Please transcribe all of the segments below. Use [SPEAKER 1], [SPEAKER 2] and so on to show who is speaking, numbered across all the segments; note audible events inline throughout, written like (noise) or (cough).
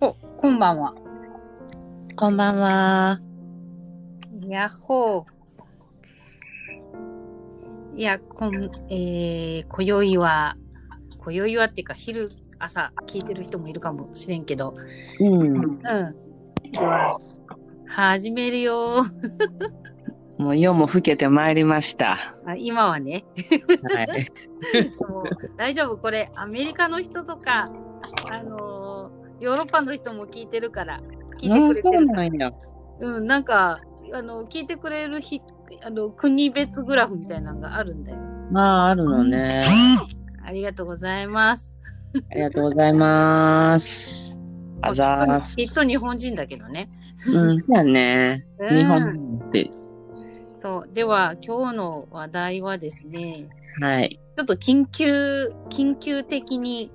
[SPEAKER 1] こんばんは。
[SPEAKER 2] こんばんは。
[SPEAKER 1] やっほー。いや、こん、えー、今宵は、今宵はっていうか、昼、朝、聞いてる人もいるかもしれんけど、
[SPEAKER 2] うん。
[SPEAKER 1] うん。始めるよー
[SPEAKER 2] もう夜も更けてまいりました。
[SPEAKER 1] あ今はね、
[SPEAKER 2] はい。
[SPEAKER 1] もう大丈夫、これ、アメリカの人とか、あのーヨーロッパの人も聞いてるから、聞いて
[SPEAKER 2] あ
[SPEAKER 1] く
[SPEAKER 2] あ、
[SPEAKER 1] れ
[SPEAKER 2] そ
[SPEAKER 1] て
[SPEAKER 2] う
[SPEAKER 1] るから。
[SPEAKER 2] なんや。
[SPEAKER 1] うん、なんか、あの、聞いてくれる日、あの、国別グラフみたいなのがあるんだよ。
[SPEAKER 2] まあ、あるのね。
[SPEAKER 1] ありがとうございます。
[SPEAKER 2] ありがとうございます。あざーす。
[SPEAKER 1] きっと日本人だけどね。
[SPEAKER 2] うん、そうやね。
[SPEAKER 1] うん
[SPEAKER 2] 日本って。
[SPEAKER 1] そう。では、今日の話題はですね、
[SPEAKER 2] はい。
[SPEAKER 1] ちょっと緊急、緊急的に、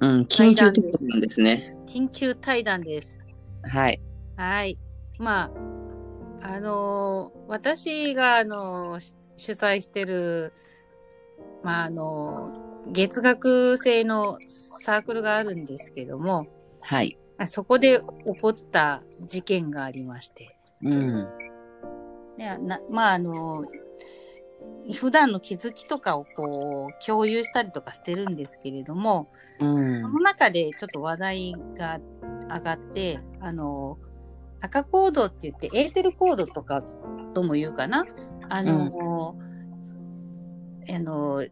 [SPEAKER 2] うん、緊急特報なんですね。
[SPEAKER 1] 緊急対談です。
[SPEAKER 2] はい。
[SPEAKER 1] はい。まあ、あのー私が、あのーし主催してる、まあ、あのー月額制のサークルがあるんですけども、
[SPEAKER 2] はい。
[SPEAKER 1] あそこで起こった事件がありまして。
[SPEAKER 2] うん。
[SPEAKER 1] ねなまあ、あのー普段の気づきとかをこう共有したりとかしてるんですけれども、
[SPEAKER 2] うん
[SPEAKER 1] そ。の中でちょっと話題が上がって、あの、赤コードって言って、エーテルコードとかとも言うかな。あの、あの、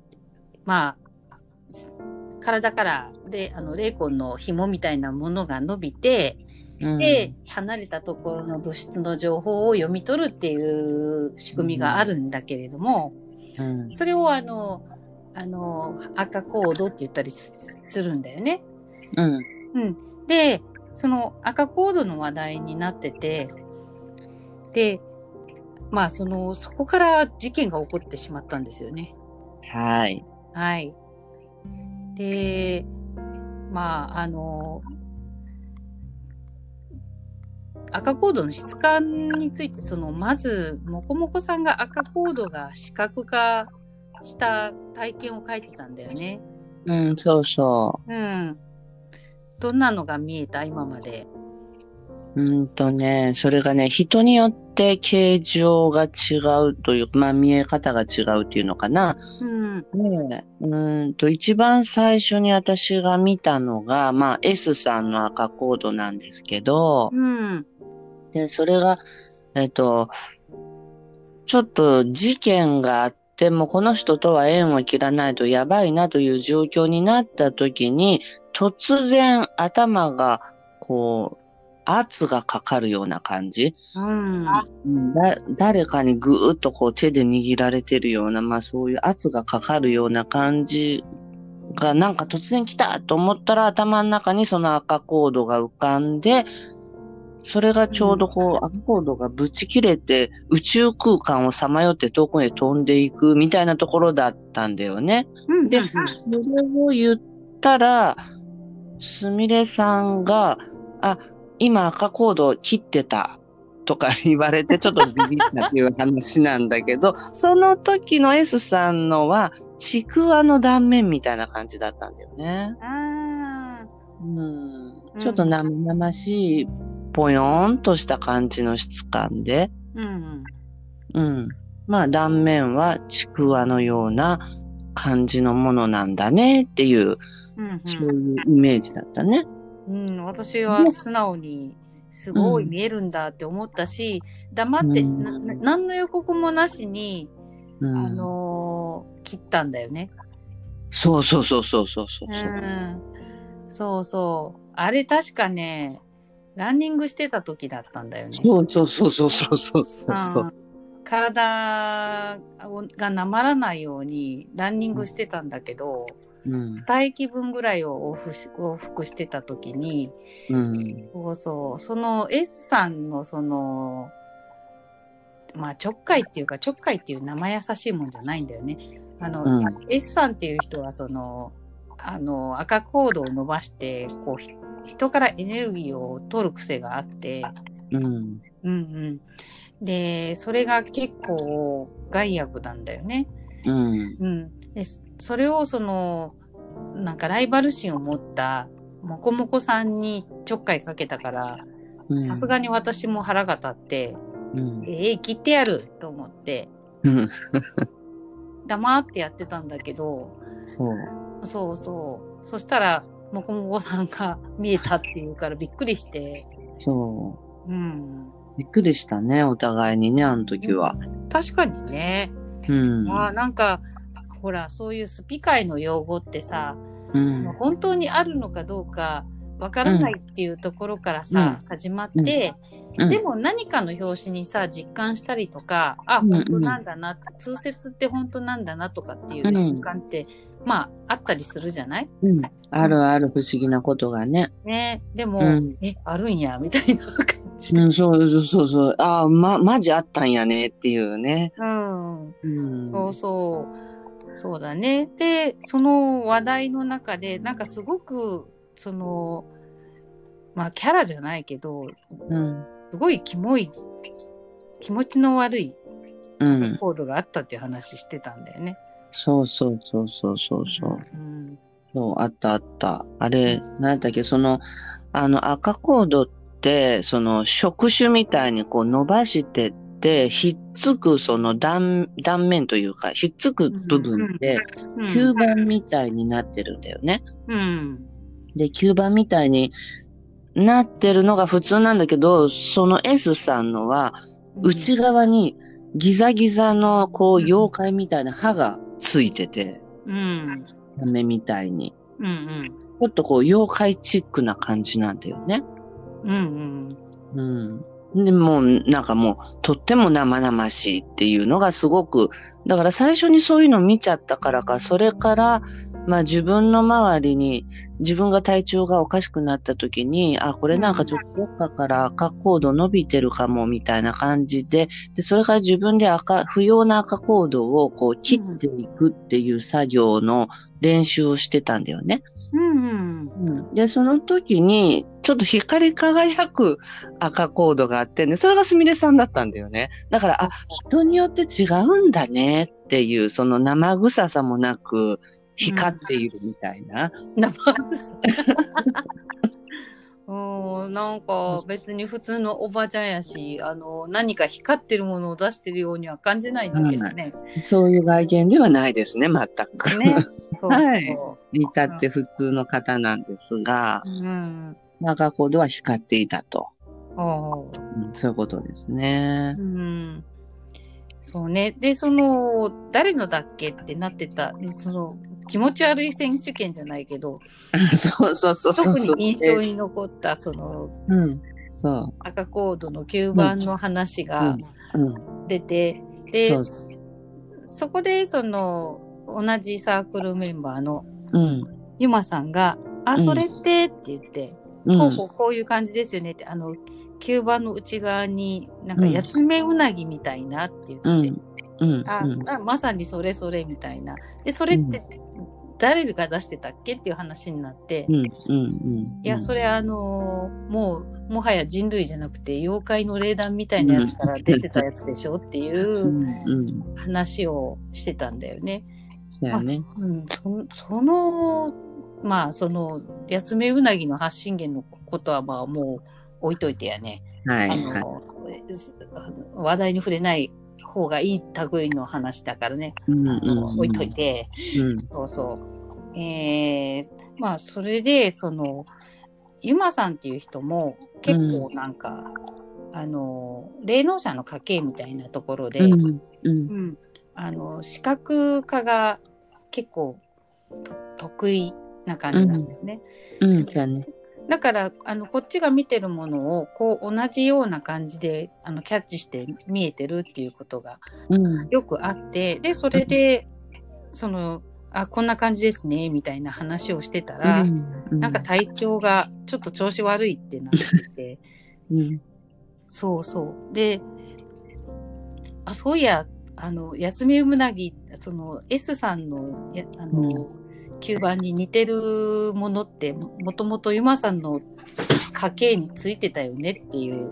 [SPEAKER 1] まあ、体からレあの霊魂の紐みたいなものが伸びて、
[SPEAKER 2] うん
[SPEAKER 1] で、離れたところの物質の情報を読み取るっていう仕組みがあるんだけれども、
[SPEAKER 2] うん。
[SPEAKER 1] それをあの、あの、赤コードって言ったりすするんだよね。
[SPEAKER 2] うん。
[SPEAKER 1] うん。で、その赤コードの話題になってて、で、まあその、そこから事件が起こってしまったんですよね。
[SPEAKER 2] はい。
[SPEAKER 1] はい。で、まああの、赤コードの質感について、その、まず、もこもこさんが赤コードが視覚化した体験を書いてたんだよね。
[SPEAKER 2] うん、そうそ
[SPEAKER 1] うん。どんなのが見えた今まで。
[SPEAKER 2] う。うんとね、それがね、人によって形状が違うという、まあ見え方が違うっていうのかな。
[SPEAKER 1] うん。
[SPEAKER 2] ねえ、うーんと、一番最初に私が見たのが、まあ、S さんの赤コードなんですけど、
[SPEAKER 1] うん。
[SPEAKER 2] で、それが、えっと、ちょっと事件があって、もうこの人とは縁を切らないとやばいなという状況になった時に、突然頭が、こう、圧がかかるような感じ。
[SPEAKER 1] うん。
[SPEAKER 2] うんだ誰かにぐーっとこう手で握られてるような、まあそういう圧がかかるような感じが、なんか突然来たと思ったら頭の中にその赤コードが浮かんで、それがちょうどこう赤コードがぶち切れて宇宙空間をさまよって遠くへ飛んでいくみたいなところだったんだよね。
[SPEAKER 1] うん
[SPEAKER 2] で、それを言ったら、すみれさんが、あ、今赤コード切ってたとか (laughs) 言われて、ちょっとビビったっていう話なんだけど、その時の S さんのは、ちくわの断面みたいな感じだったんだよね。
[SPEAKER 1] あ
[SPEAKER 2] うん
[SPEAKER 1] うん
[SPEAKER 2] ちょっと生々しい、ぽよーんとした感じの質感で、
[SPEAKER 1] ーうん。
[SPEAKER 2] うん。まあ断面はちくわのような感じのものなんだねっていう
[SPEAKER 1] うん
[SPEAKER 2] そういうイメージだったね。
[SPEAKER 1] うん、うん、私は素直にすごい見えるんだって思ったし、黙って
[SPEAKER 2] うん
[SPEAKER 1] なな何の予告もなしに、
[SPEAKER 2] うん、
[SPEAKER 1] あのー切ったんだよね。
[SPEAKER 2] そうそうそうそうそうそ
[SPEAKER 1] う
[SPEAKER 2] う。
[SPEAKER 1] ん、そうそうあれ確かねランニングしてた時だったんだよね。
[SPEAKER 2] そうそうそうそうそうそうそうそう
[SPEAKER 1] あ。ー体をがなまらないようにランニングしてたんだけど、
[SPEAKER 2] うん
[SPEAKER 1] 二駅分ぐらいを往復し往復してた時に、
[SPEAKER 2] うん
[SPEAKER 1] そうそう。その S さんのその、まあちょっかいっていうか、ちょっかいっていう生優しいもんじゃないんだよね。あの、
[SPEAKER 2] うん
[SPEAKER 1] S さんっていう人はその、あの、赤コードを伸ばして、こうひ、人からエネルギーを取る癖があって、
[SPEAKER 2] うん
[SPEAKER 1] うんうん。で、それが結構害悪なんだよね。
[SPEAKER 2] うん
[SPEAKER 1] うん。で、そそれをその、なんかライバル心を持ったもこもこさんにちょっかいかけたから、
[SPEAKER 2] うん
[SPEAKER 1] さすがに私も腹が立って、
[SPEAKER 2] うん
[SPEAKER 1] ええ切ってやると思って、
[SPEAKER 2] うん
[SPEAKER 1] 黙ってやってたんだけど、
[SPEAKER 2] そう。
[SPEAKER 1] そうそう。そしたら、もこもこさんが見えたっていうからびっくりして、
[SPEAKER 2] そ
[SPEAKER 1] うん。
[SPEAKER 2] う。びっくりしたね、お互いにね、あの時は。
[SPEAKER 1] 確かにね。
[SPEAKER 2] うん。
[SPEAKER 1] あーなんか、ほら、そういうスピ界の用語ってさ、
[SPEAKER 2] うん。
[SPEAKER 1] 本当にあるのかどうかわからないっていうところからさ、始まって、
[SPEAKER 2] うん
[SPEAKER 1] でも何かの表紙にさ実感したりとかあ
[SPEAKER 2] うん
[SPEAKER 1] 本当なんだなって、通説って本当なんだなとかっていう瞬間って、まああったりするじゃない
[SPEAKER 2] うんあるある不思議なことがね。
[SPEAKER 1] ねでも、
[SPEAKER 2] うん
[SPEAKER 1] えあるんやみたいな感じで
[SPEAKER 2] うん、そうそうそうそう。ああ、ま、マジあったんやねっていうね。
[SPEAKER 1] うん、
[SPEAKER 2] うん。
[SPEAKER 1] そうそうそうだねでその話題の中でなんかすごくそのまあキャラじゃないけど
[SPEAKER 2] うん。
[SPEAKER 1] すごいキモい気持ちの悪い
[SPEAKER 2] うん。
[SPEAKER 1] コードがあったっていう話してたんだよね。
[SPEAKER 2] そうそうそうそうそうそう。
[SPEAKER 1] うん
[SPEAKER 2] そう、あったあった。あれ、なんだっけ、その、あの、赤コードって、その、触手みたいにこう伸ばしてって、ひっつく、その断、断面というか、ひっつく部分で、
[SPEAKER 1] うん
[SPEAKER 2] 吸盤みたいになってるんだよね。
[SPEAKER 1] うん
[SPEAKER 2] で、吸盤みたいになってるのが普通なんだけど、その S さんのは、内側にギザギザの、こう、
[SPEAKER 1] うん
[SPEAKER 2] 妖怪みたいな歯がついてて、
[SPEAKER 1] うん
[SPEAKER 2] ダメみたいに。
[SPEAKER 1] うんうん
[SPEAKER 2] ちょっとこう、妖怪チックな感じなんだよね。
[SPEAKER 1] うん
[SPEAKER 2] うん。でもう、なんかもう、とっても生々しいっていうのがすごく、だから最初にそういうの見ちゃったからか、それから、まあ自分の周りに、自分が体調がおかしくなった時に、あ、これなんかちょっとどっかから赤コード伸びてるかもみたいな感じで、で、それから自分で赤、不要な赤コードをこう切っていくっていう作業の練習をしてたんだよね。
[SPEAKER 1] うんうん
[SPEAKER 2] で、その時に、ちょっと光り輝く赤コードがあってね、それがすみれさんだったんだよね。だから、あ、人によって違うんだねっていう、その生臭さもなく、光っているみたいな。
[SPEAKER 1] 生臭いうんなんか別に普通のおばちゃんやしあの何か光ってるものを出してるようには感じないんだけどね。
[SPEAKER 2] そういう外見ではないですね、全く。
[SPEAKER 1] ねそうそう、
[SPEAKER 2] はい (laughs) 見たって普通の方なんですが、
[SPEAKER 1] うん
[SPEAKER 2] 赤コードは光っていたと。
[SPEAKER 1] ああ
[SPEAKER 2] うんそういうことですね。 (laughs)
[SPEAKER 1] うんそうね。で、その、誰のだっけってなってた、その、気持ち悪い選手権じゃないけど、
[SPEAKER 2] そうそうそうそうそう。
[SPEAKER 1] 特に印象に残った、その、
[SPEAKER 2] うん。そ
[SPEAKER 1] 赤コードの吸盤の話が
[SPEAKER 2] う。うん。
[SPEAKER 1] 出て、で
[SPEAKER 2] そう
[SPEAKER 1] そ、こで、その、同じサークルメンバーの
[SPEAKER 2] うん。
[SPEAKER 1] ゆまさんが、あ、
[SPEAKER 2] うん
[SPEAKER 1] それってって言って、
[SPEAKER 2] う
[SPEAKER 1] こ
[SPEAKER 2] ん
[SPEAKER 1] うこうこういう感じですよねって、あの、吸盤の内側に、なんか、やつめうなぎみたいなって言って、
[SPEAKER 2] うん。うん。
[SPEAKER 1] あ
[SPEAKER 2] うん
[SPEAKER 1] あまさにそれそれみたいな。でそれって誰が出してたっけっていう話になって、
[SPEAKER 2] う
[SPEAKER 1] い
[SPEAKER 2] んうんうん
[SPEAKER 1] やそれあのーもうもはや人類じゃなくて妖怪の霊団みたいなやつから出てたやつでしょってい
[SPEAKER 2] うん
[SPEAKER 1] う
[SPEAKER 2] うん
[SPEAKER 1] 話をしてたんだよね。
[SPEAKER 2] そうやね。
[SPEAKER 1] うん、そそのまあそのやつめうなぎの発信源のことはまあもう置いといてやね。
[SPEAKER 2] は
[SPEAKER 1] あ
[SPEAKER 2] い
[SPEAKER 1] の
[SPEAKER 2] はい。
[SPEAKER 1] す話題に触れない方がいい類の話だからね。
[SPEAKER 2] うん
[SPEAKER 1] あの置いとい。て、
[SPEAKER 2] うん
[SPEAKER 1] そうそう。えーまあ、それで、その、ゆまさんっていう人も、結構なんか、あの、霊能者の家系みたいなところで、
[SPEAKER 2] う
[SPEAKER 1] うん
[SPEAKER 2] んうん
[SPEAKER 1] あの、視覚化が結構と得意な感じなんだよね。
[SPEAKER 2] うんそうやね。
[SPEAKER 1] だから、あの、こっちが見てるものを、こう、同じような感じで、あの、キャッチして見えてるっていうことが
[SPEAKER 2] うん
[SPEAKER 1] よくあってでそれでそのあこんな感じですねみたいな話をしてたら、
[SPEAKER 2] うん
[SPEAKER 1] なんか体調がちょっと調子悪いってなってて
[SPEAKER 2] (laughs) うん
[SPEAKER 1] そうそうであそういやあの休みうなぎその S さんのやあの、
[SPEAKER 2] うん
[SPEAKER 1] 吸盤に似てるものってもともとゆまさんの家系についてたよねっていう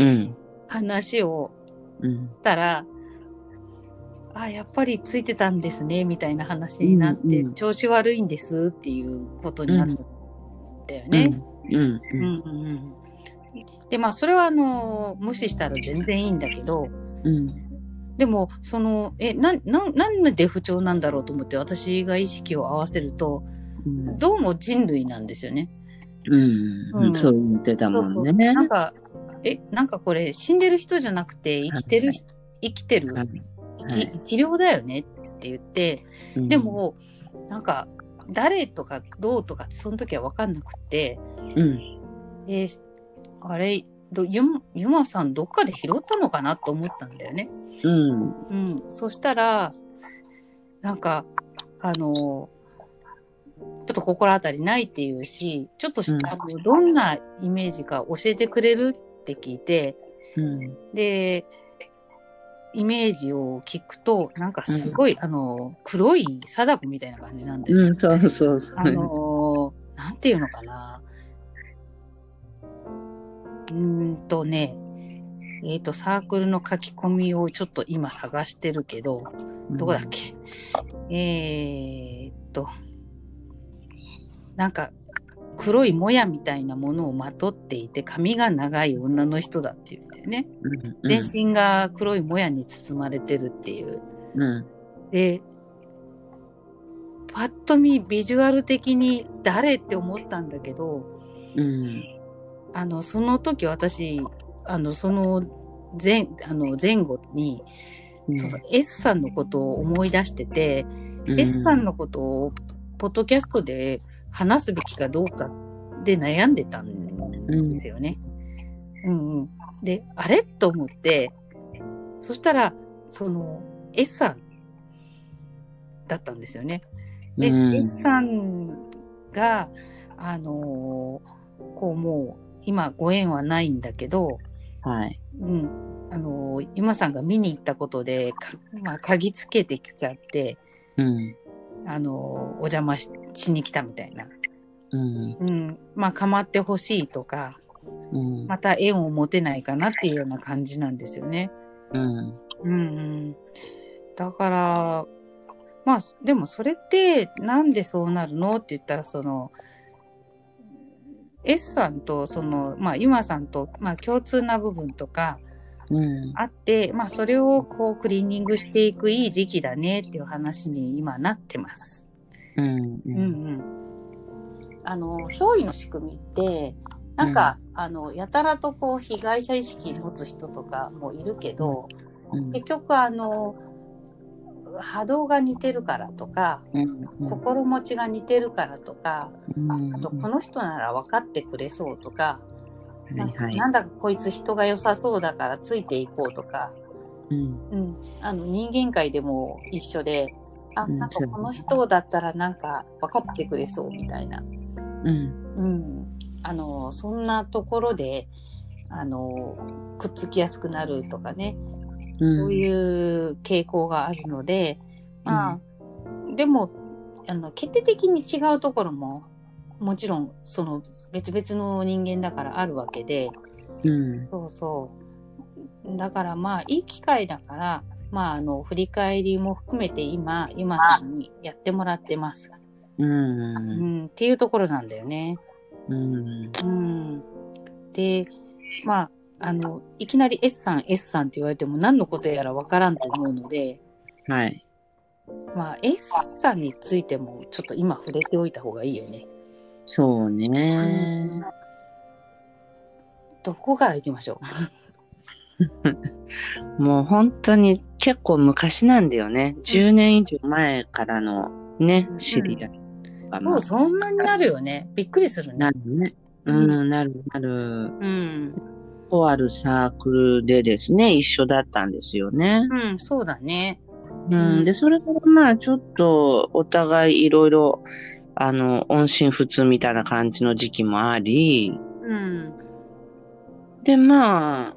[SPEAKER 2] うん
[SPEAKER 1] 話を
[SPEAKER 2] うん
[SPEAKER 1] ったら、あ、やっぱりついてたんですね、みたいな話になって、
[SPEAKER 2] うんうん
[SPEAKER 1] 調子悪いんですっていうことになっただよね。
[SPEAKER 2] うん。うん。
[SPEAKER 1] うんうんうんでまあそれはあの無視したら全然いいんだけど
[SPEAKER 2] うん。
[SPEAKER 1] でもそのえなななんで不調なんだろうと思って私が意識を合わせると
[SPEAKER 2] うん。
[SPEAKER 1] どうも人類なんですよね。
[SPEAKER 2] うん。
[SPEAKER 1] うん
[SPEAKER 2] そう言ってたも
[SPEAKER 1] そ
[SPEAKER 2] ん
[SPEAKER 1] うそう
[SPEAKER 2] ね。
[SPEAKER 1] なんかえなんかこれ死んでる人じゃなくて生きてる人生きてる
[SPEAKER 2] は
[SPEAKER 1] 生
[SPEAKER 2] い
[SPEAKER 1] き生き量だよねって言って。
[SPEAKER 2] うん
[SPEAKER 1] で、もなんか誰とかどうとかってその時は分かんなくって、
[SPEAKER 2] うん。
[SPEAKER 1] えーあれどゆゆまさんどっかで拾ったのかなと思ったんだよね。
[SPEAKER 2] うん。
[SPEAKER 1] うん、そしたらなんかあのちょっと心当たりないっていうしちょっとし、
[SPEAKER 2] うん
[SPEAKER 1] あのどんなイメージか教えてくれるって聞いて
[SPEAKER 2] うん。
[SPEAKER 1] でイメージを聞くとなんかすごい、あの黒い貞子みたいな感じなんだよね
[SPEAKER 2] うん。そうそうそ
[SPEAKER 1] あ
[SPEAKER 2] う。
[SPEAKER 1] のーなんていうのかな。うーんとね、えっ、と、サークルの書き込みをちょっと今探してるけど、どこだっけ。えーっと、なんか、黒いもやみたいなものをまとっていて、髪が長い女の人だっていうんだよね。
[SPEAKER 2] うん
[SPEAKER 1] 全身が黒いもやに包まれてるっていう。
[SPEAKER 2] うん。
[SPEAKER 1] でパッと見ビジュアル的に誰って思ったんだけど
[SPEAKER 2] うん。
[SPEAKER 1] あのその時私あのその前あの前後に、
[SPEAKER 2] うん
[SPEAKER 1] その S さんのことを思い出してて、S さんのことをポッドキャストで話すべきかどうかで悩んでたんですよね。うんうん、であれと思ってそしたらその S さんだったんですよね。で、
[SPEAKER 2] うん
[SPEAKER 1] S さんが、あのーこうもう、今ご縁はないんだけど、
[SPEAKER 2] はい。
[SPEAKER 1] うん、あのー今さんが見に行ったことで、かまあ、嗅ぎつけてきちゃって、
[SPEAKER 2] うん。
[SPEAKER 1] あのーお邪魔ししに来たみたいな。
[SPEAKER 2] うん。
[SPEAKER 1] うん、まあ、構ってほしいとか、
[SPEAKER 2] うん。
[SPEAKER 1] また縁を持てないかなっていうような感じなんですよね。
[SPEAKER 2] うん。
[SPEAKER 1] うんうん、だからまあでもそれってなんでそうなるのって言ったらその S さんとそのまあユマさんとまあ共通な部分とか
[SPEAKER 2] うん。
[SPEAKER 1] あってまあそれをこうクリーニングしていくいい時期だねっていう話に今なってます。
[SPEAKER 2] うん。
[SPEAKER 1] うんうん、あの憑依の仕組みってなんか、あのやたらとこう被害者意識持つ人とかもいるけど、
[SPEAKER 2] うん。
[SPEAKER 1] 結局あの波動が似てるからとか心持ちが似てるからとか、あとこの人なら分かってくれそうとか、な
[SPEAKER 2] はい
[SPEAKER 1] なんだかこいつ人が良さそうだからついていこうとか、
[SPEAKER 2] うん。
[SPEAKER 1] うん、あの人間界でも一緒であ
[SPEAKER 2] うん
[SPEAKER 1] なん
[SPEAKER 2] そ
[SPEAKER 1] か
[SPEAKER 2] う
[SPEAKER 1] この人だったらなんか分かってくれそうみたいな、
[SPEAKER 2] うん。
[SPEAKER 1] うん、あのそんなところであのくっつきやすくなるとかねそういう傾向があるので、まあ、でも、あの、決定的に違うところも、もちろん、その、別々の人間だからあるわけで、
[SPEAKER 2] うん。
[SPEAKER 1] そうそう。だからまあ、いい機会だから、まあ、あの、振り返りも含めて今、今さんにやってもらってます。
[SPEAKER 2] うん
[SPEAKER 1] う。ん、っていうところなんだよね。
[SPEAKER 2] うん。
[SPEAKER 1] うん。で、まあ、あの、いきなり S さん、S さんって言われても何のことやらわからんと思うので、
[SPEAKER 2] はい。
[SPEAKER 1] まあ、S さんについてもちょっと今触れておいた方がいいよね。
[SPEAKER 2] そうね。
[SPEAKER 1] どこから行きましょ
[SPEAKER 2] もう本当に結構昔なんだよね。10年以上前からのね
[SPEAKER 1] う、ん
[SPEAKER 2] 知り合い。
[SPEAKER 1] うもうそんなになるよね。びっくりするね
[SPEAKER 2] な。るね。うん、なるなる。
[SPEAKER 1] うん。
[SPEAKER 2] とあるサークルでですね、一緒だったんですよね。
[SPEAKER 1] うん、そうだね。
[SPEAKER 2] うん、で、それからまあちょっとお互いいろいろ、あの、音信不通みたいな感じの時期もあり、
[SPEAKER 1] うん。
[SPEAKER 2] で、まあ、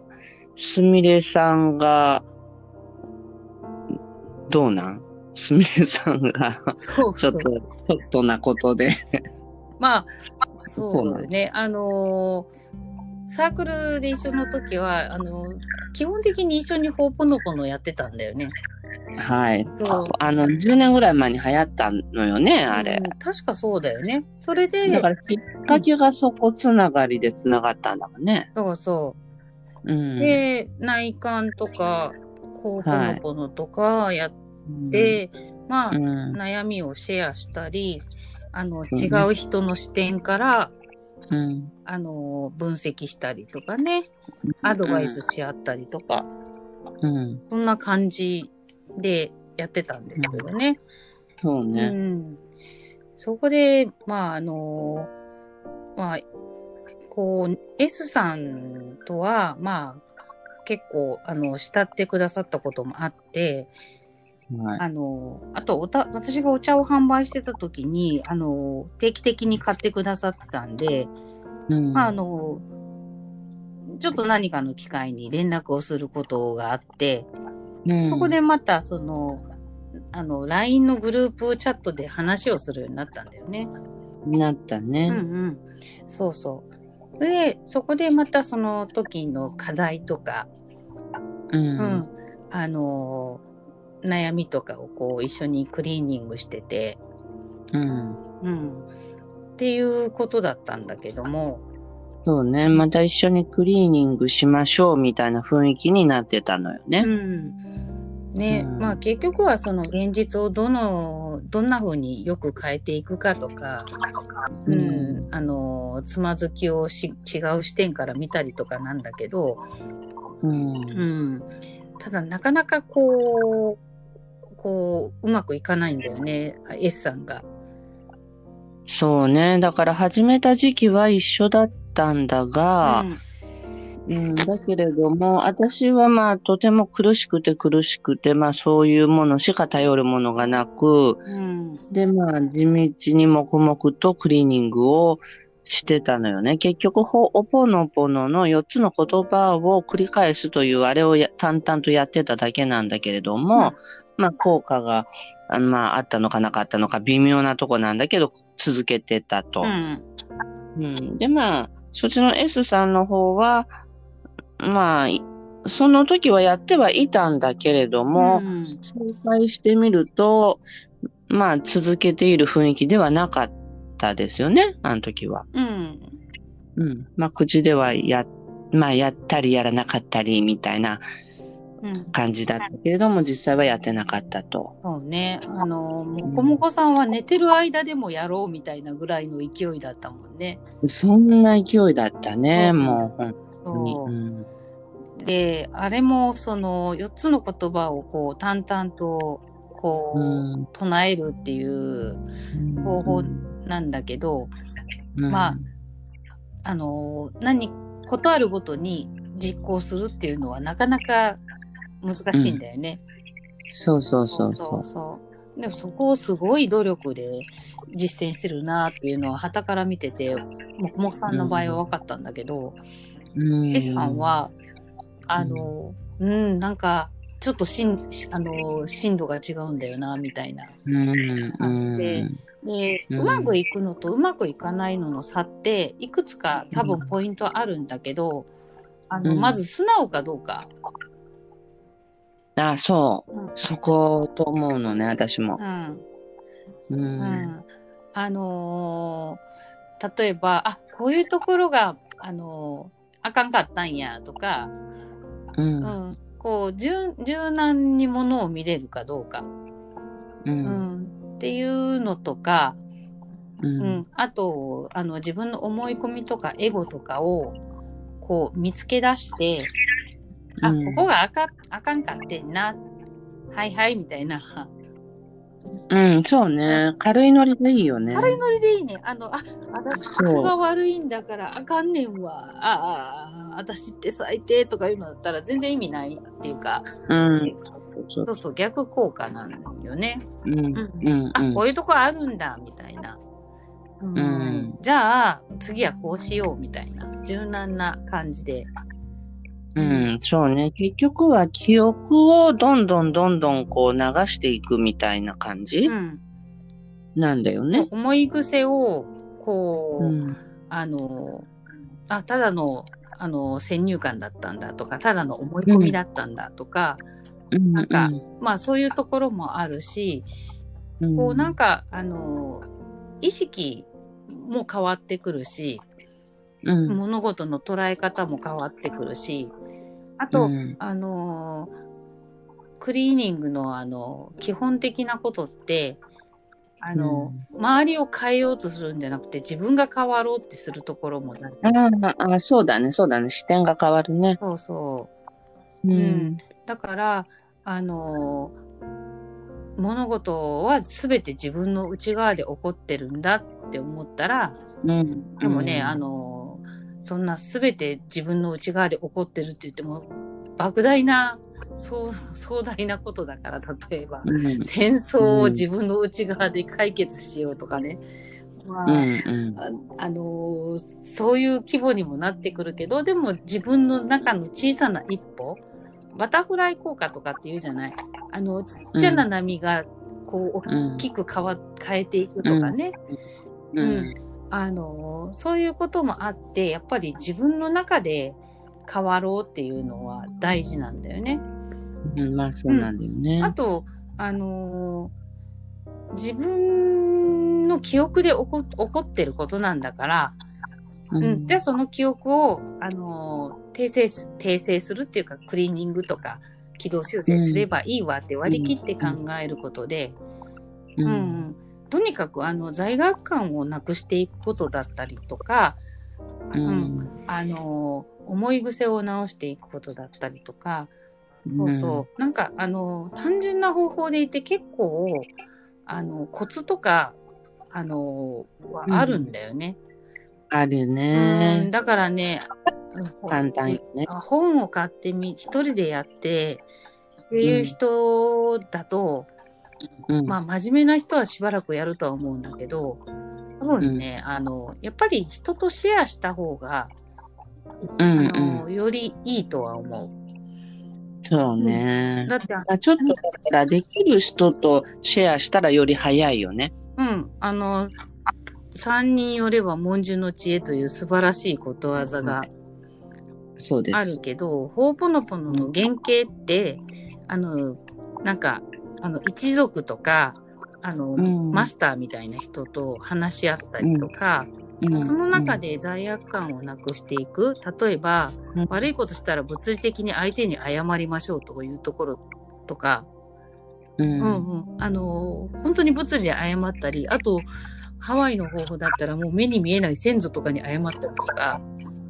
[SPEAKER 2] すみれさんが、どうなんすみれさん
[SPEAKER 1] (laughs)
[SPEAKER 2] が、
[SPEAKER 1] そう
[SPEAKER 2] ち
[SPEAKER 1] そ
[SPEAKER 2] ょ
[SPEAKER 1] う
[SPEAKER 2] っと、。ちょっとなことで。
[SPEAKER 1] まあ、そうだね。あのーサークルで一緒の時は、あのー基本的に一緒にほうぽのぽのやってたんだよね。
[SPEAKER 2] はい。
[SPEAKER 1] そう
[SPEAKER 2] あの、10年ぐらい前に流行ったのよね、あれ
[SPEAKER 1] う。ん確かそうだよね。それで、
[SPEAKER 2] だから、きっかけがそこつながりでつながったんだもんね。
[SPEAKER 1] そうそうう。
[SPEAKER 2] ん。
[SPEAKER 1] で、内観とか、こう、ほのこのとかやって、まあ、
[SPEAKER 2] うん、うん
[SPEAKER 1] 悩みをシェアしたり、あの、
[SPEAKER 2] うね
[SPEAKER 1] 違う人の視点から、
[SPEAKER 2] うん。
[SPEAKER 1] あの、分析したりとかね、アドバイスし合ったりとか、
[SPEAKER 2] うん。
[SPEAKER 1] そんな感じでやってたんですけどね。
[SPEAKER 2] そう
[SPEAKER 1] う
[SPEAKER 2] ね。
[SPEAKER 1] ん。そこで、まあ、あの、まあ、こう、S さんとは、まあ、結構、あの、慕ってくださったこともあって、
[SPEAKER 2] はい。
[SPEAKER 1] あの、あとおた、私がお茶を販売してた時に、あの、定期的に買ってくださってたんで、
[SPEAKER 2] うん
[SPEAKER 1] まあ、あの、ちょっと何かの機会に連絡をすることがあって、
[SPEAKER 2] うん
[SPEAKER 1] そこでまた、その、あの、LINE のグループチャットで話をするようになったんだよね。
[SPEAKER 2] なった
[SPEAKER 1] うん
[SPEAKER 2] ね。
[SPEAKER 1] うん。そうそう。で、そこでまたその時の課題とか、
[SPEAKER 2] う。
[SPEAKER 1] うんん、あの、悩みとかをこう一緒にクリーニングしてて、
[SPEAKER 2] うん。
[SPEAKER 1] うんっていうことだったんだけども、
[SPEAKER 2] そうね。また一緒にクリーニングしましょうみたいな雰囲気になってたのよ
[SPEAKER 1] う
[SPEAKER 2] ね。
[SPEAKER 1] んね
[SPEAKER 2] うん
[SPEAKER 1] まあ、結局はその現実をどのどんな風によく変えていくかとか、うん
[SPEAKER 2] う
[SPEAKER 1] あのつまずきをし違う視点から見たりとかなんだけど、
[SPEAKER 2] うん。
[SPEAKER 1] うん、ただなかなかこうこううまくいかないんだよねあ S さんが。
[SPEAKER 2] そうね。だから始めた時期は一緒だったんだが、うん、だけれども、私はまあ、とても苦しくて苦しくて、まあ、そういうものしか頼るものがなく、
[SPEAKER 1] うん
[SPEAKER 2] で、まあ、地道に黙々とクリーニングをしてたのよね。結局、ほおぽのぽのの4つの言葉を繰り返すという、あれをや淡々とやってただけなんだけれども、まあ、効果が、あまあ、あったのかなかったのか、微妙なとこなんだけど、続けてたと。
[SPEAKER 1] うん
[SPEAKER 2] うん、で、まあ、そっちの S さんの方は、まあ、いその時はやってはいたんだけれども、
[SPEAKER 1] うん
[SPEAKER 2] 紹介してみると、まあ、続けている雰囲気ではなかったですよね、あの時は。
[SPEAKER 1] うん
[SPEAKER 2] うん。まあ、口ではや、まあ、やったりやらなかったりみたいな
[SPEAKER 1] うん
[SPEAKER 2] 感じだったけれども、実際はやってなかったと。
[SPEAKER 1] そうね、あの、もこもこさんは寝てる間でもやろうみたいなぐらいの勢いだったもんね。
[SPEAKER 2] そんな勢いだったね、
[SPEAKER 1] うん
[SPEAKER 2] もう、本当に。
[SPEAKER 1] そうう。
[SPEAKER 2] ん
[SPEAKER 1] で、あれも、その、4つの言葉をこう、淡々と、こう、
[SPEAKER 2] うん
[SPEAKER 1] 唱えるっていう方法なんだけど、
[SPEAKER 2] うん
[SPEAKER 1] まああの、何、ことあるごとに実行するっていうのはなかなか難しいんだよね。
[SPEAKER 2] そうそうそうそう。
[SPEAKER 1] そうでもそこをすごい努力で実践してるなっていうのは旗から見ててもくもくさんの場合は分かったんだけど、
[SPEAKER 2] うん、
[SPEAKER 1] S さんはあのうん、なんかちょっとしんあの進路が違うんだよなみたいな。
[SPEAKER 2] うん、
[SPEAKER 1] 感じでで
[SPEAKER 2] うん
[SPEAKER 1] うまくいくのとうまくいかないのの差っていくつか多分ポイントあるんだけどあの
[SPEAKER 2] うん
[SPEAKER 1] まず素直かどうか。
[SPEAKER 2] うんあ、そう
[SPEAKER 1] うん。
[SPEAKER 2] そこと思うのね、私も
[SPEAKER 1] う。ん
[SPEAKER 2] う
[SPEAKER 1] う
[SPEAKER 2] ん。う。
[SPEAKER 1] んんあのー例えばあこういうところが、あのーあかんかったんやとか、
[SPEAKER 2] う。
[SPEAKER 1] うんん、こう柔柔軟にものを見れるかどうか、
[SPEAKER 2] う。
[SPEAKER 1] うんん、っていうのとか、
[SPEAKER 2] う
[SPEAKER 1] うん
[SPEAKER 2] ん。
[SPEAKER 1] あとあの自分の思い込みとかエゴとかをこう見つけ出して、あ
[SPEAKER 2] うん
[SPEAKER 1] ここがあかあかんかってんなはいはいみたいな。
[SPEAKER 2] うん、そうね。軽いノリがいいよね。
[SPEAKER 1] 軽いノリでいいね。あの、あ、私、
[SPEAKER 2] そう
[SPEAKER 1] ここが悪いんだから、あかんねんわ。ああああ、私って最低とかいうのだったら全然意味ないっていうか、
[SPEAKER 2] うん。そう
[SPEAKER 1] そうそう、逆効果なんよね。
[SPEAKER 2] うん。
[SPEAKER 1] うん
[SPEAKER 2] うん。
[SPEAKER 1] あ、こういうとこあるんだ、みたいな。うん
[SPEAKER 2] うん
[SPEAKER 1] じゃあ、次はこうしよう、みたいな。柔軟な感じで。
[SPEAKER 2] うん。そうね。結局は記憶をどんどんどんどんこう流していくみたいな感じ
[SPEAKER 1] うん。
[SPEAKER 2] なんだよね。
[SPEAKER 1] 思い癖を、こう、
[SPEAKER 2] うん。
[SPEAKER 1] あの、あ、ただの、あの、先入観だったんだとか、ただの思い込みだったんだとか、
[SPEAKER 2] うん
[SPEAKER 1] なんかまあそういうところもあるし、
[SPEAKER 2] うん
[SPEAKER 1] こうなんかあの意識も変わってくるし、
[SPEAKER 2] うん
[SPEAKER 1] 物事の捉え方も変わってくるし、あ
[SPEAKER 2] う
[SPEAKER 1] と、
[SPEAKER 2] ん
[SPEAKER 1] あのクリーニングのあの基本的なことってあの、周りを変えようとするんじゃなくて自分が変わろうってするところもなんか
[SPEAKER 2] あああ、そうだね、そうだね。視点が変わるね。
[SPEAKER 1] そうそう
[SPEAKER 2] う
[SPEAKER 1] うん。だからあの物事は全て自分の内側で起こってるんだって思ったら
[SPEAKER 2] うん。
[SPEAKER 1] でもね、
[SPEAKER 2] うん
[SPEAKER 1] あ、のそんな全て自分の内側で起こってるって言っても莫大なそう壮大なことだから例えば
[SPEAKER 2] うん。
[SPEAKER 1] 戦争を自分の内側で解決しようとかね、まあ
[SPEAKER 2] うんうん。
[SPEAKER 1] ああのーそういう規模にもなってくるけどでも自分の中の小さな一歩バタフライ効果とかっていうじゃないあのちっちゃな波がこう
[SPEAKER 2] うん
[SPEAKER 1] 大きく変わ変えていくとかね、
[SPEAKER 2] うん。
[SPEAKER 1] あのーそういうこともあってやっぱり自分の中で変わろうっていうのは大事なんだよね。
[SPEAKER 2] うんまあ、そうなんだよね。
[SPEAKER 1] あと、あのー自分の記憶で起こ起こってることなんだから、
[SPEAKER 2] う
[SPEAKER 1] うんんじゃあその記憶を、あのー訂正す訂正するっていうかクリーニングとか軌道修正すればいいわって割り切って考えることで、
[SPEAKER 2] う
[SPEAKER 1] うん
[SPEAKER 2] ん。
[SPEAKER 1] とにかくあの罪悪感をなくしていくことだったりとか、
[SPEAKER 2] うん。
[SPEAKER 1] あのー思い癖を直していくことだったりとか、そうそう。なんか、あの、単純な方法でいて結構、あの、コツとか、あの、は
[SPEAKER 2] うん
[SPEAKER 1] あるんだよね。
[SPEAKER 2] ある
[SPEAKER 1] うん
[SPEAKER 2] ね。
[SPEAKER 1] だからね、
[SPEAKER 2] 簡単よね。
[SPEAKER 1] あ本を買ってみ、一人でやって、っていう人だと、
[SPEAKER 2] うん。
[SPEAKER 1] まあ、真面目な人はしばらくやるとは思うんだけど、多分ね、あの、やっぱり人とシェアした方が、
[SPEAKER 2] うん
[SPEAKER 1] あ
[SPEAKER 2] うん。
[SPEAKER 1] の、よりいいとは思
[SPEAKER 2] そうね
[SPEAKER 1] う。。だって、あ
[SPEAKER 2] あちょっとだからできる人とシェアしたらより早いよね。
[SPEAKER 1] うん、あの、三人よれば文殊の知恵という素晴らしいことわざが
[SPEAKER 2] そうで
[SPEAKER 1] あ
[SPEAKER 2] す
[SPEAKER 1] る。けど、ほうぽのぽのの原型って、あの、なんか、あの、一族とか、あの、
[SPEAKER 2] ん
[SPEAKER 1] マスターみたいな人と話し合ったりとか、
[SPEAKER 2] うん
[SPEAKER 1] その中、で罪悪感をなくしていく、例えば、
[SPEAKER 2] うん
[SPEAKER 1] 悪いことしたら物理的に相手に謝りましょうというところとか、
[SPEAKER 2] うん
[SPEAKER 1] う。んうん、あのー本当に物理で謝ったりあとハワイの方法だったらもう目に見えない先祖とかに謝ったりとか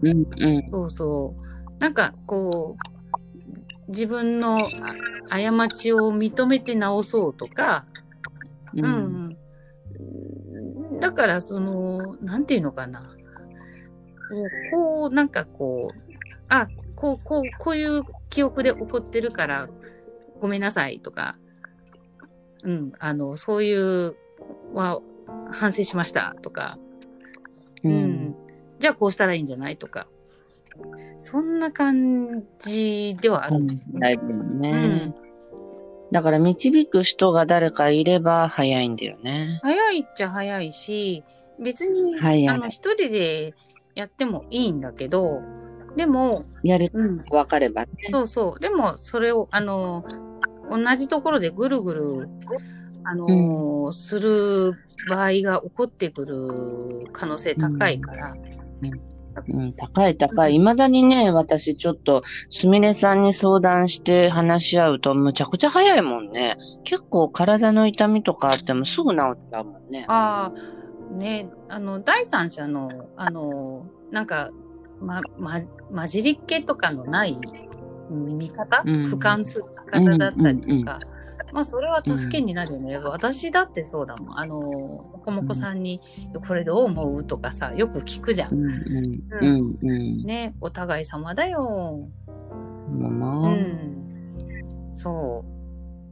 [SPEAKER 2] うんうん
[SPEAKER 1] そうそうなんかこうじ自分のあ過ちを認めて直そうとか、
[SPEAKER 2] う
[SPEAKER 1] うん
[SPEAKER 2] ん
[SPEAKER 1] うん、だからそのなんていうのかなこうなんかこうあこうこうこういう記憶で起こってるからごめんなさいとか、うん、あのそういうは反省しましたとか、
[SPEAKER 2] う
[SPEAKER 1] うん
[SPEAKER 2] ん
[SPEAKER 1] じゃあこうしたらいいんじゃないとかそんな感じではある。
[SPEAKER 2] 大丈夫
[SPEAKER 1] う
[SPEAKER 2] ね
[SPEAKER 1] ん。、
[SPEAKER 2] だから導く人が誰かいれば早いんだよね。
[SPEAKER 1] 早いっちゃ早いし別に、
[SPEAKER 2] 早い
[SPEAKER 1] あの一人でやってもいいんだけどでも、
[SPEAKER 2] やり方
[SPEAKER 1] うん、
[SPEAKER 2] が分かればね。
[SPEAKER 1] そうそう。でも、それを、あの、同じところでぐるぐる、あの、する場合が起こってくる可能性高いから。
[SPEAKER 2] うん、高い高い。未だにね、私ちょっと、すみれさんに相談して話し合うと、むちゃくちゃ早いもんね。結構体の痛みとかあってもすぐ治ったもんね。
[SPEAKER 1] ああ、ね、あの、第三者の、あの、なんか、ま、ま、混じりっ気とかのないうん見方、
[SPEAKER 2] うん
[SPEAKER 1] 俯瞰す方だったりとか、
[SPEAKER 2] うんうんうん
[SPEAKER 1] まあ、それは助けになるよね。私だってそうだもん。あの、もこもこさんに、これどう思うとかさ、よく聞くじゃん
[SPEAKER 2] う。んうんうんうん。
[SPEAKER 1] ね、お互い様だよ。
[SPEAKER 2] もう
[SPEAKER 1] う
[SPEAKER 2] な、
[SPEAKER 1] ん。そ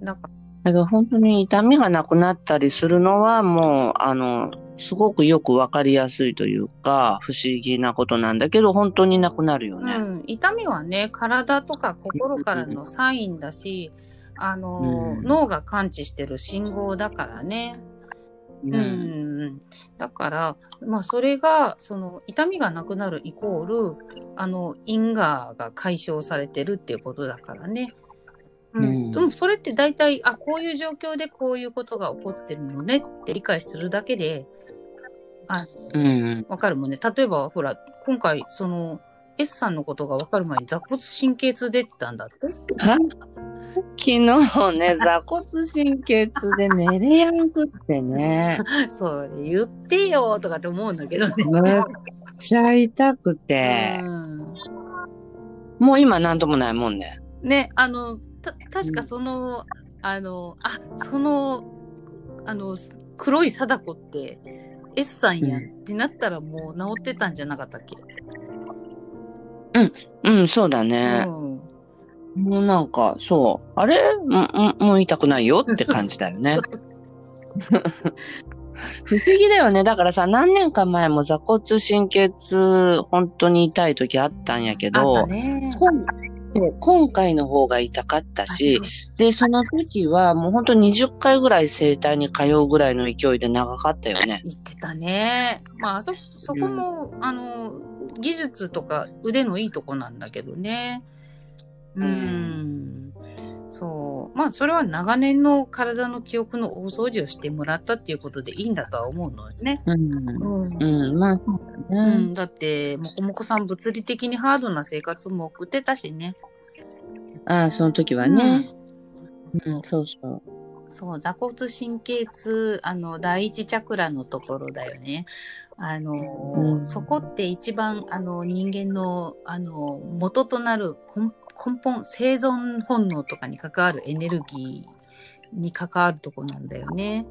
[SPEAKER 1] う。だか
[SPEAKER 2] だから本当に痛みがなくなったりするのはもう、あの、すごくよくわかりやすいというか、不思議なことなんだけど、本当になくなるよ
[SPEAKER 1] ら、
[SPEAKER 2] ね。
[SPEAKER 1] うん、痛みはね、体とか心からのサインだし、あの、
[SPEAKER 2] うん
[SPEAKER 1] 脳が感知してる信号だからね。
[SPEAKER 2] う
[SPEAKER 1] うん。だから、まあ、それが、その、痛みがなくなるイコール、あの、因果が解消されてるっていうことだからね。うん
[SPEAKER 2] うん
[SPEAKER 1] でもそれって大体あこういう状況でこういうことが起こってるのねって理解するだけで
[SPEAKER 2] うん。
[SPEAKER 1] わかるもんね例えばほら今回その S さんのことがわかる前に座骨神経痛出てたんだって
[SPEAKER 2] は (laughs) 昨日ね、座骨神経痛で寝れやんくっ
[SPEAKER 1] (laughs)
[SPEAKER 2] てね、
[SPEAKER 1] (laughs) そう言ってよとかって思うんだけどね。
[SPEAKER 2] むっちゃ痛くて、
[SPEAKER 1] うん
[SPEAKER 2] もう今なんともないもんね。
[SPEAKER 1] ねあのた確かその、あのあそのあの黒い貞子って S さんや
[SPEAKER 2] うん
[SPEAKER 1] ってなったらもう治ってたんじゃなかったっけ、
[SPEAKER 2] うん、そうだね。
[SPEAKER 1] うん、
[SPEAKER 2] もうなんか、そう。あれもももう痛くないよって感じだ
[SPEAKER 1] (laughs)
[SPEAKER 2] よね。 (laughs) 不思議だよね。だからさ、何年か前も座骨神経痛、本当に痛い時あったんやけ
[SPEAKER 1] あった
[SPEAKER 2] ど、
[SPEAKER 1] ね。
[SPEAKER 2] 今今回の方が痛かったし、
[SPEAKER 1] あ
[SPEAKER 2] で、その時はもう本当20回ぐらい整体に通うぐらいの勢いで長かったよね。
[SPEAKER 1] 言ってたね。まああそそこも、あの技術とか腕のいいとこなんだけどね。うん。そうまあそれは長年の体の記憶の大掃除をしてもらったっていうことでいいんだとは思うのよね。
[SPEAKER 2] うん。
[SPEAKER 1] うん
[SPEAKER 2] うん、まあ、そう
[SPEAKER 1] う
[SPEAKER 2] だね。
[SPEAKER 1] ん、だってもこもこさん物理的にハードな生活も送ってたしね。
[SPEAKER 2] ああ、その時はね。うん、そうそう。
[SPEAKER 1] そう座骨神経痛あの第一チャクラのところだよね。あの、
[SPEAKER 2] うん
[SPEAKER 1] そこって一番あの人間のあの元となる根根本生存本能とかに関わるエネルギーに関わるとこなんだよね。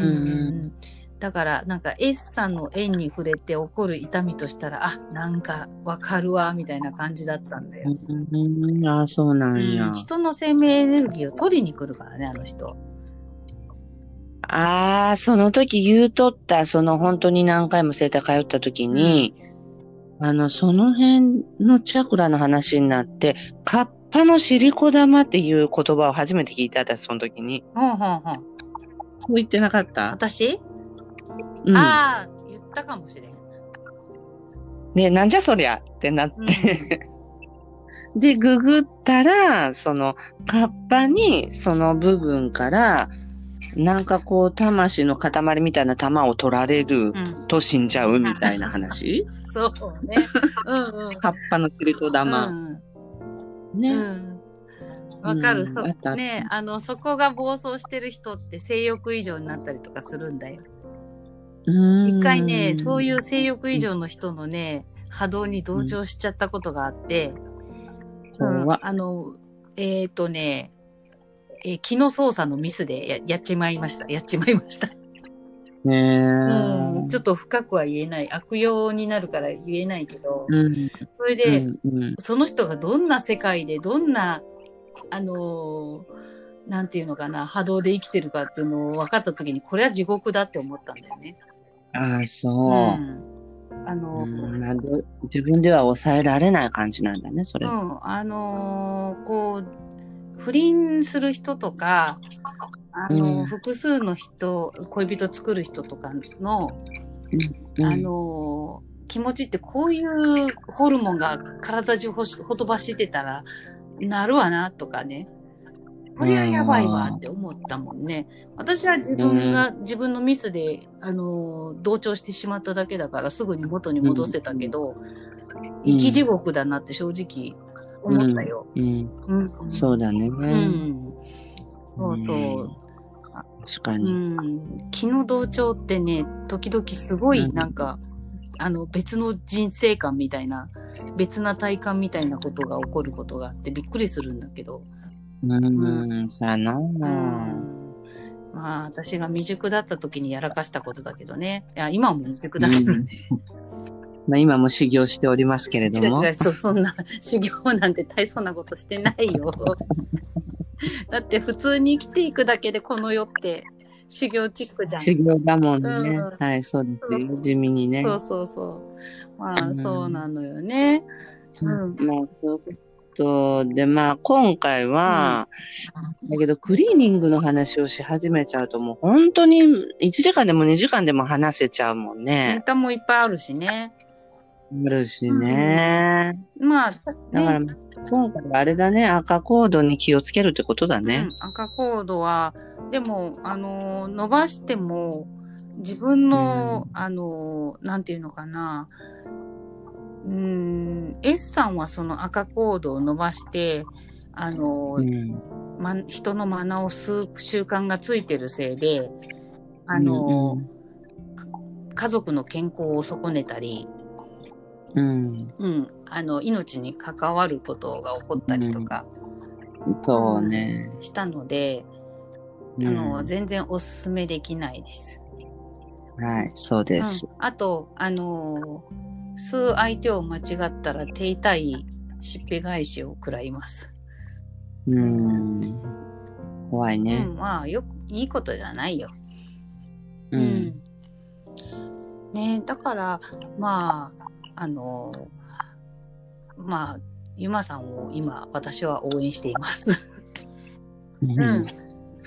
[SPEAKER 2] ん
[SPEAKER 1] だからなんか S さんの縁に触れて起こる痛みとしたらあなんかわかるわみたいな感じだったんだよ。
[SPEAKER 2] うん、ああ、そうなんや。
[SPEAKER 1] うん人の生命エネルギーを取りに来るからねあの人。
[SPEAKER 2] ああ、その時言うとった、その本当に何回も生体通った時に、あの、その辺のチャクラの話になって、カッパの尻子玉っていう言葉を初めて聞いた、私その時に。
[SPEAKER 1] ほんほんほん
[SPEAKER 2] そう言ってなかった
[SPEAKER 1] 私、
[SPEAKER 2] うん。
[SPEAKER 1] ああ言ったかもしれん。
[SPEAKER 2] ねなんじゃそりゃってなっ (laughs)
[SPEAKER 1] うん
[SPEAKER 2] て。で、ググったら、その、カッパに、その部分から、なんかこう、魂の塊みたいな玉を取られ
[SPEAKER 1] う
[SPEAKER 2] る
[SPEAKER 1] ん、
[SPEAKER 2] と死んじゃうみたいな話
[SPEAKER 1] そう
[SPEAKER 2] (laughs)
[SPEAKER 1] ね。うんうん。
[SPEAKER 2] 葉っぱの切り子
[SPEAKER 1] う
[SPEAKER 2] 玉。
[SPEAKER 1] んう
[SPEAKER 2] ね。
[SPEAKER 1] ん。わか
[SPEAKER 2] う
[SPEAKER 1] る。
[SPEAKER 2] ん
[SPEAKER 1] そ
[SPEAKER 2] あったあった。
[SPEAKER 1] ねあのそこが暴走してる人って性欲異常になったりとかするんだよ。一回ねそういうう性欲異常の人のね波動に同調しちゃったことがあって、うん
[SPEAKER 2] 怖っ
[SPEAKER 1] あのえっ、ー、とね、えー、気の操作のミスでややっちまいましたやっちまいました。
[SPEAKER 2] ね
[SPEAKER 1] うん、
[SPEAKER 2] え。
[SPEAKER 1] ちょっと深くは言えない悪用になるから言えないけど、
[SPEAKER 2] うん。
[SPEAKER 1] それで、
[SPEAKER 2] うんうん
[SPEAKER 1] その人がどんな世界でどんなあのーなんていうのかな波動で生きてるかっていうのを分かった時にこれは地獄だって思ったんだよね。
[SPEAKER 2] ああ、そうう。
[SPEAKER 1] ん、あの
[SPEAKER 2] う
[SPEAKER 1] ー
[SPEAKER 2] んまあど自分では抑えられない感じなんだね、それ。
[SPEAKER 1] うん、あのーこう不倫する人とか、あのー
[SPEAKER 2] うん
[SPEAKER 1] 複数の人恋人作る人とかの、
[SPEAKER 2] うん
[SPEAKER 1] あのー気持ちってこういうホルモンが体中ほしほとばしってたらなるわなとかねこれはやばいわって思ったもんね私は自分が自分のミスで、あのー同調してしまっただけだからすぐに元に戻せたけど、生き地獄だなって正直思ったよ。
[SPEAKER 2] うん。
[SPEAKER 1] うん
[SPEAKER 2] そうだね。
[SPEAKER 1] うんそうそう。
[SPEAKER 2] 確か
[SPEAKER 1] う
[SPEAKER 2] に。
[SPEAKER 1] ん、気の同調ってね時々すごいなんか、あの別の人生観みたいな別な体感みたいなことが起こることがあってびっくりするんだけど、
[SPEAKER 2] うん。さあな。
[SPEAKER 1] まあ私が未熟だった時にやらかしたことだけどねいや今はもう未熟だけどね、
[SPEAKER 2] (laughs) まあ今も修行しておりますけれど
[SPEAKER 1] 違う
[SPEAKER 2] も
[SPEAKER 1] 違。うそそんな修行なんて大層なことしてない (laughs) よだって普通に生きていくだけでこの世って修行チックじゃん
[SPEAKER 2] 修行だもんね
[SPEAKER 1] うん。
[SPEAKER 2] はい、そう
[SPEAKER 1] そう
[SPEAKER 2] です
[SPEAKER 1] そ
[SPEAKER 2] よ。
[SPEAKER 1] う
[SPEAKER 2] 地味にね。
[SPEAKER 1] そうそうそう。まあ、
[SPEAKER 2] うん
[SPEAKER 1] そうなのよね。うん。
[SPEAKER 2] まあ、そういうことで、まあ、今回は、だけど、クリーニングの話をし始めちゃうと、もう本当に1時間でも2時間でも話せちゃうもん
[SPEAKER 1] ネ
[SPEAKER 2] ね。
[SPEAKER 1] タもいっぱいあるしね。
[SPEAKER 2] あるしね。
[SPEAKER 1] まあ、ね
[SPEAKER 2] だから、今回はあれだね、赤コードに気をつけるってことだね。
[SPEAKER 1] うん、赤コードはでもあの伸ばしても自分の、あのなんていうのかなうーん S さんはその赤コードを伸ばしてあの、
[SPEAKER 2] うん。
[SPEAKER 1] ま、人のマナを吸う習慣がついてるせいであの、家族の健康を損ねたり、
[SPEAKER 2] うん、うん。
[SPEAKER 1] うん、あの命に関わることが起こったりとか
[SPEAKER 2] そうね。
[SPEAKER 1] したので、
[SPEAKER 2] うん
[SPEAKER 1] あの全然おすすめできないです。
[SPEAKER 2] はい、そうです
[SPEAKER 1] うん。、あとあのー吸う相手を間違ったら手痛いしっぺ返しを食らいます、
[SPEAKER 2] うん。怖いうね。
[SPEAKER 1] ん、まあよくいいことじゃないよ、
[SPEAKER 2] うん。
[SPEAKER 1] うんねだからまああのーまあゆまさんを今私は応援しています、
[SPEAKER 2] うん